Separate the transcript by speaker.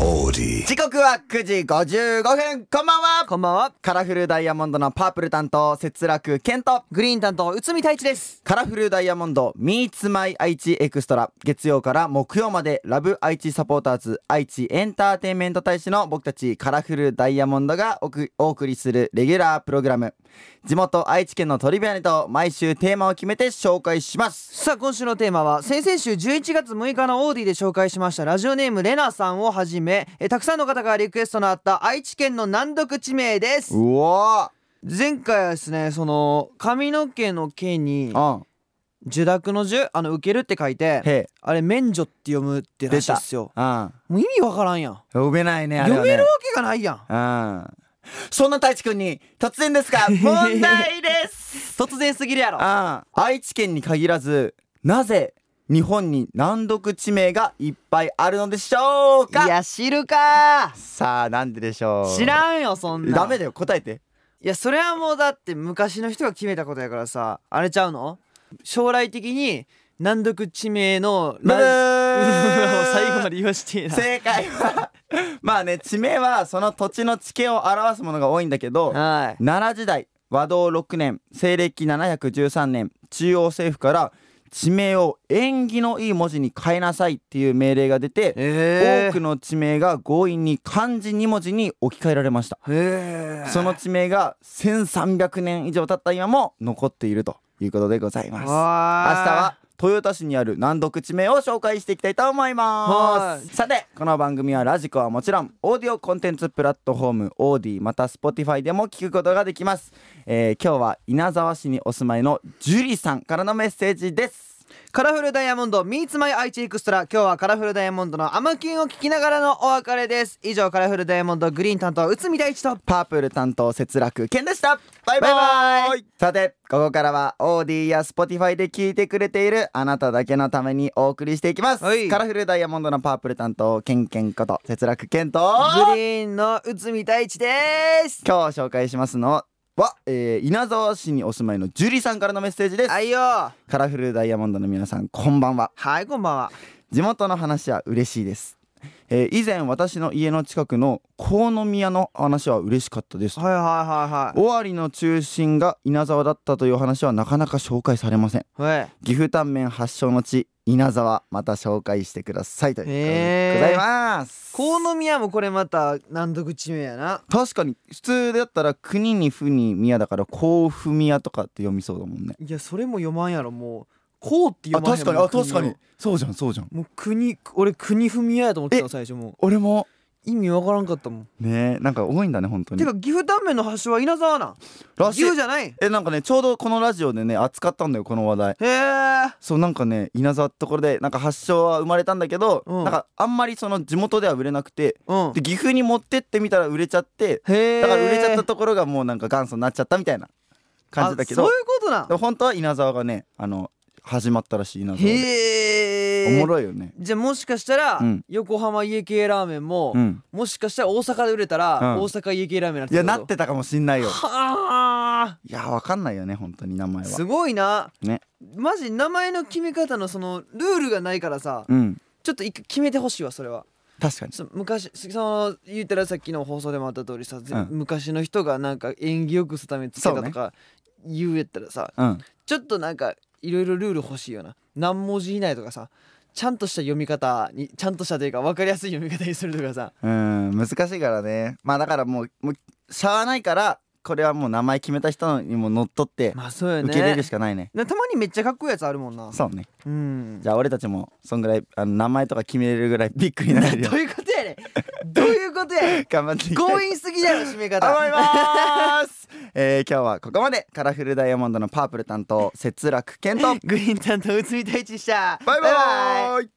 Speaker 1: オーディ
Speaker 2: 時刻は9時55分こんばんは
Speaker 3: こんばんは。
Speaker 2: カラフルダイヤモンドのパープル担当節楽健と
Speaker 3: グリーン担当、内海太一です。
Speaker 2: カラフルダイヤモンド Meets My 愛知エクストラ月曜から木曜までラブ愛知サポーターズ愛知エンターテインメント大使の僕たちカラフルダイヤモンドがおくお送りするレギュラープログラム地元愛知県のトリビアネタを毎週テーマを決めて紹介します
Speaker 3: さあ、今週のテーマは、先々週11月6日のオーディで紹介しましたラジオネームレナさんをはじめ、えたくさんの方からリクエストのあった愛知県の難読地名です。
Speaker 2: うわ
Speaker 3: 前回はですね、その、髪の毛の毛に、
Speaker 2: うん
Speaker 3: 受諾の受、あの、受けるって書いて、
Speaker 2: へ
Speaker 3: あれ、免除って読むって
Speaker 2: え出
Speaker 3: 話
Speaker 2: た
Speaker 3: ですよ。
Speaker 2: うん
Speaker 3: もう意味わからんやん。
Speaker 2: 読めないねあれは
Speaker 3: 読
Speaker 2: ね
Speaker 3: めるわけがないやん。
Speaker 2: うんそんな太一くんに突然です が問題です
Speaker 3: 突然すぎるやろ。
Speaker 2: ああ愛知県に限らずなぜ日本に難読地名がいっぱいあるのでしょうか
Speaker 3: いや、知るか
Speaker 2: さあなんででしょう
Speaker 3: 知らんよ、そんな。
Speaker 2: ダメだよ答えて
Speaker 3: いやそれはもうだって昔の人が決めたことやからさあれちゃうの将来的に難読地名の
Speaker 2: ブブ
Speaker 3: ラ
Speaker 2: ー
Speaker 3: もう 最後まで言わしてえな
Speaker 2: 正解はまあね地名はその土地の地形を表すものが多いんだけど
Speaker 3: はい
Speaker 2: 奈良時代和道6年西暦713年中央政府から地名を縁起のいい文字に変えなさいっていう命令が出て、
Speaker 3: え
Speaker 2: 多くの地名が強引に漢字2文字に置き換えられました
Speaker 3: え
Speaker 2: その地名が1300年以上経った今も残っているということでございます明日は
Speaker 3: は
Speaker 2: 豊田市にある難読地名を紹介していきたいと思いま
Speaker 3: はー
Speaker 2: すさてこの番組はラジコはもちろんオーディオコンテンツプラットフォームオーディまた Spotify でも聞くことができます、えー今日は稲沢市にお住まいのジュリさんからのメッセージです
Speaker 3: カラフルダイヤモンド Meets My 愛知エクストラ今日はカラフルダイヤモンドのアマキュンを聞きながらのお別れです以上カラフルダイヤモンドグリーン担当内海大地と
Speaker 2: パープル担当節楽健でしたバイバイ
Speaker 3: バイバイ
Speaker 2: さてここからはオーディや Spotify で聞いてくれているあなただけのためにお送りしていきます、
Speaker 3: はい
Speaker 2: カラフルダイヤモンドのパープル担当ケンケンこと節楽健と
Speaker 3: グリーンの内海大地です
Speaker 2: 今日紹介しますのは、えー稲沢市にお住まいのジュリさんからのメッセージです、
Speaker 3: はいよ
Speaker 2: カラフルダイヤモンドの皆さんこんばんは
Speaker 3: はいこんばんは
Speaker 2: 地元の話は嬉しいです、えー以前私の家の近くの河宮の話は嬉しかったです
Speaker 3: はいはい
Speaker 2: 尾張の中心が稲沢だったという話はなかなか紹介されません
Speaker 3: はいはい
Speaker 2: 岐阜タンメン発祥の地稲沢また紹介してくださいということで
Speaker 3: へー
Speaker 2: ございます
Speaker 3: 河宮もこれまた難読地名やな
Speaker 2: 確かに普通だったら国に府に宮だから甲府宮とかって読みそうだもんね
Speaker 3: いやそれも読まんやろもうこうって読
Speaker 2: あ
Speaker 3: まん
Speaker 2: 確
Speaker 3: やろ
Speaker 2: かにあ
Speaker 3: もう国
Speaker 2: 確かに
Speaker 3: を
Speaker 2: そうじゃんそうじゃん
Speaker 3: もう国俺国踏み屋やと思ってた最初も
Speaker 2: 俺も
Speaker 3: う意味わからんかったもん
Speaker 2: ねえなんか多いんだね本当に
Speaker 3: てか岐阜タンメンの発祥は稲沢なん
Speaker 2: らし
Speaker 3: 岐
Speaker 2: い
Speaker 3: 阜じゃないへ
Speaker 2: えなんかねちょうどこのラジオでね扱ったんだよこの話題
Speaker 3: え
Speaker 2: そうなんかね稲沢ってところでなんか発祥は生まれたんだけど、
Speaker 3: うん
Speaker 2: なんかあんまりその地元では売れなくて
Speaker 3: うん
Speaker 2: で岐阜に持ってってみたら売れちゃって
Speaker 3: へえ
Speaker 2: だから売れちゃったところがもうなんか元祖になっちゃったみたいな感じだけ
Speaker 3: あ
Speaker 2: ど
Speaker 3: そういうことな
Speaker 2: でも本当は稲沢がねあの始まったらしい稲沢で
Speaker 3: へ
Speaker 2: お
Speaker 3: え
Speaker 2: もろいよね
Speaker 3: じゃあもしかしたら
Speaker 2: うん
Speaker 3: 横浜家系ラーメンも
Speaker 2: うん
Speaker 3: もしかしたら大阪で売れたら
Speaker 2: うん
Speaker 3: 大阪家系ラーメンになって
Speaker 2: い
Speaker 3: た
Speaker 2: や
Speaker 3: こと
Speaker 2: なってたかもしんないよ
Speaker 3: はあ
Speaker 2: いやわかんないよね本当に名前は
Speaker 3: すごいな
Speaker 2: ね
Speaker 3: マジ名前の決め方のそのルールがないからさ
Speaker 2: うん
Speaker 3: ちょっと一回決めてほしいわそれは
Speaker 2: 確かに
Speaker 3: そ昔その言ったらさっきの放送でもあった通りさ、ぜ
Speaker 2: うん
Speaker 3: 昔の人がなんか縁起よくするためにつけたとか言うやったらさ、
Speaker 2: うん
Speaker 3: ちょっとなんかいろいろルール欲しいよな何文字以内とかさちゃんとした読み方にちゃんとしたというか分かりやすい読み方にするとかさ
Speaker 2: うん難しいからねまあだからもうもうしゃあないからこれはもう名前決めた人にも乗っ取って
Speaker 3: まあそうよね
Speaker 2: 受け入れるしかないね
Speaker 3: なたまにめっちゃかっこいいやつあるもんな
Speaker 2: そうね
Speaker 3: うん
Speaker 2: じゃあ俺たちもそんぐらいあの名前とか決めれるぐらいビッグになれるよ
Speaker 3: どういうことやねんどういうことやねん
Speaker 2: 頑張っていきたい
Speaker 3: 強引すぎだろ締め 方
Speaker 2: 思います、 えー、今日はここまでカラフルダイヤ モンドのパープル担当節楽健と
Speaker 3: グリーン担当内海太一でした
Speaker 2: バイバイ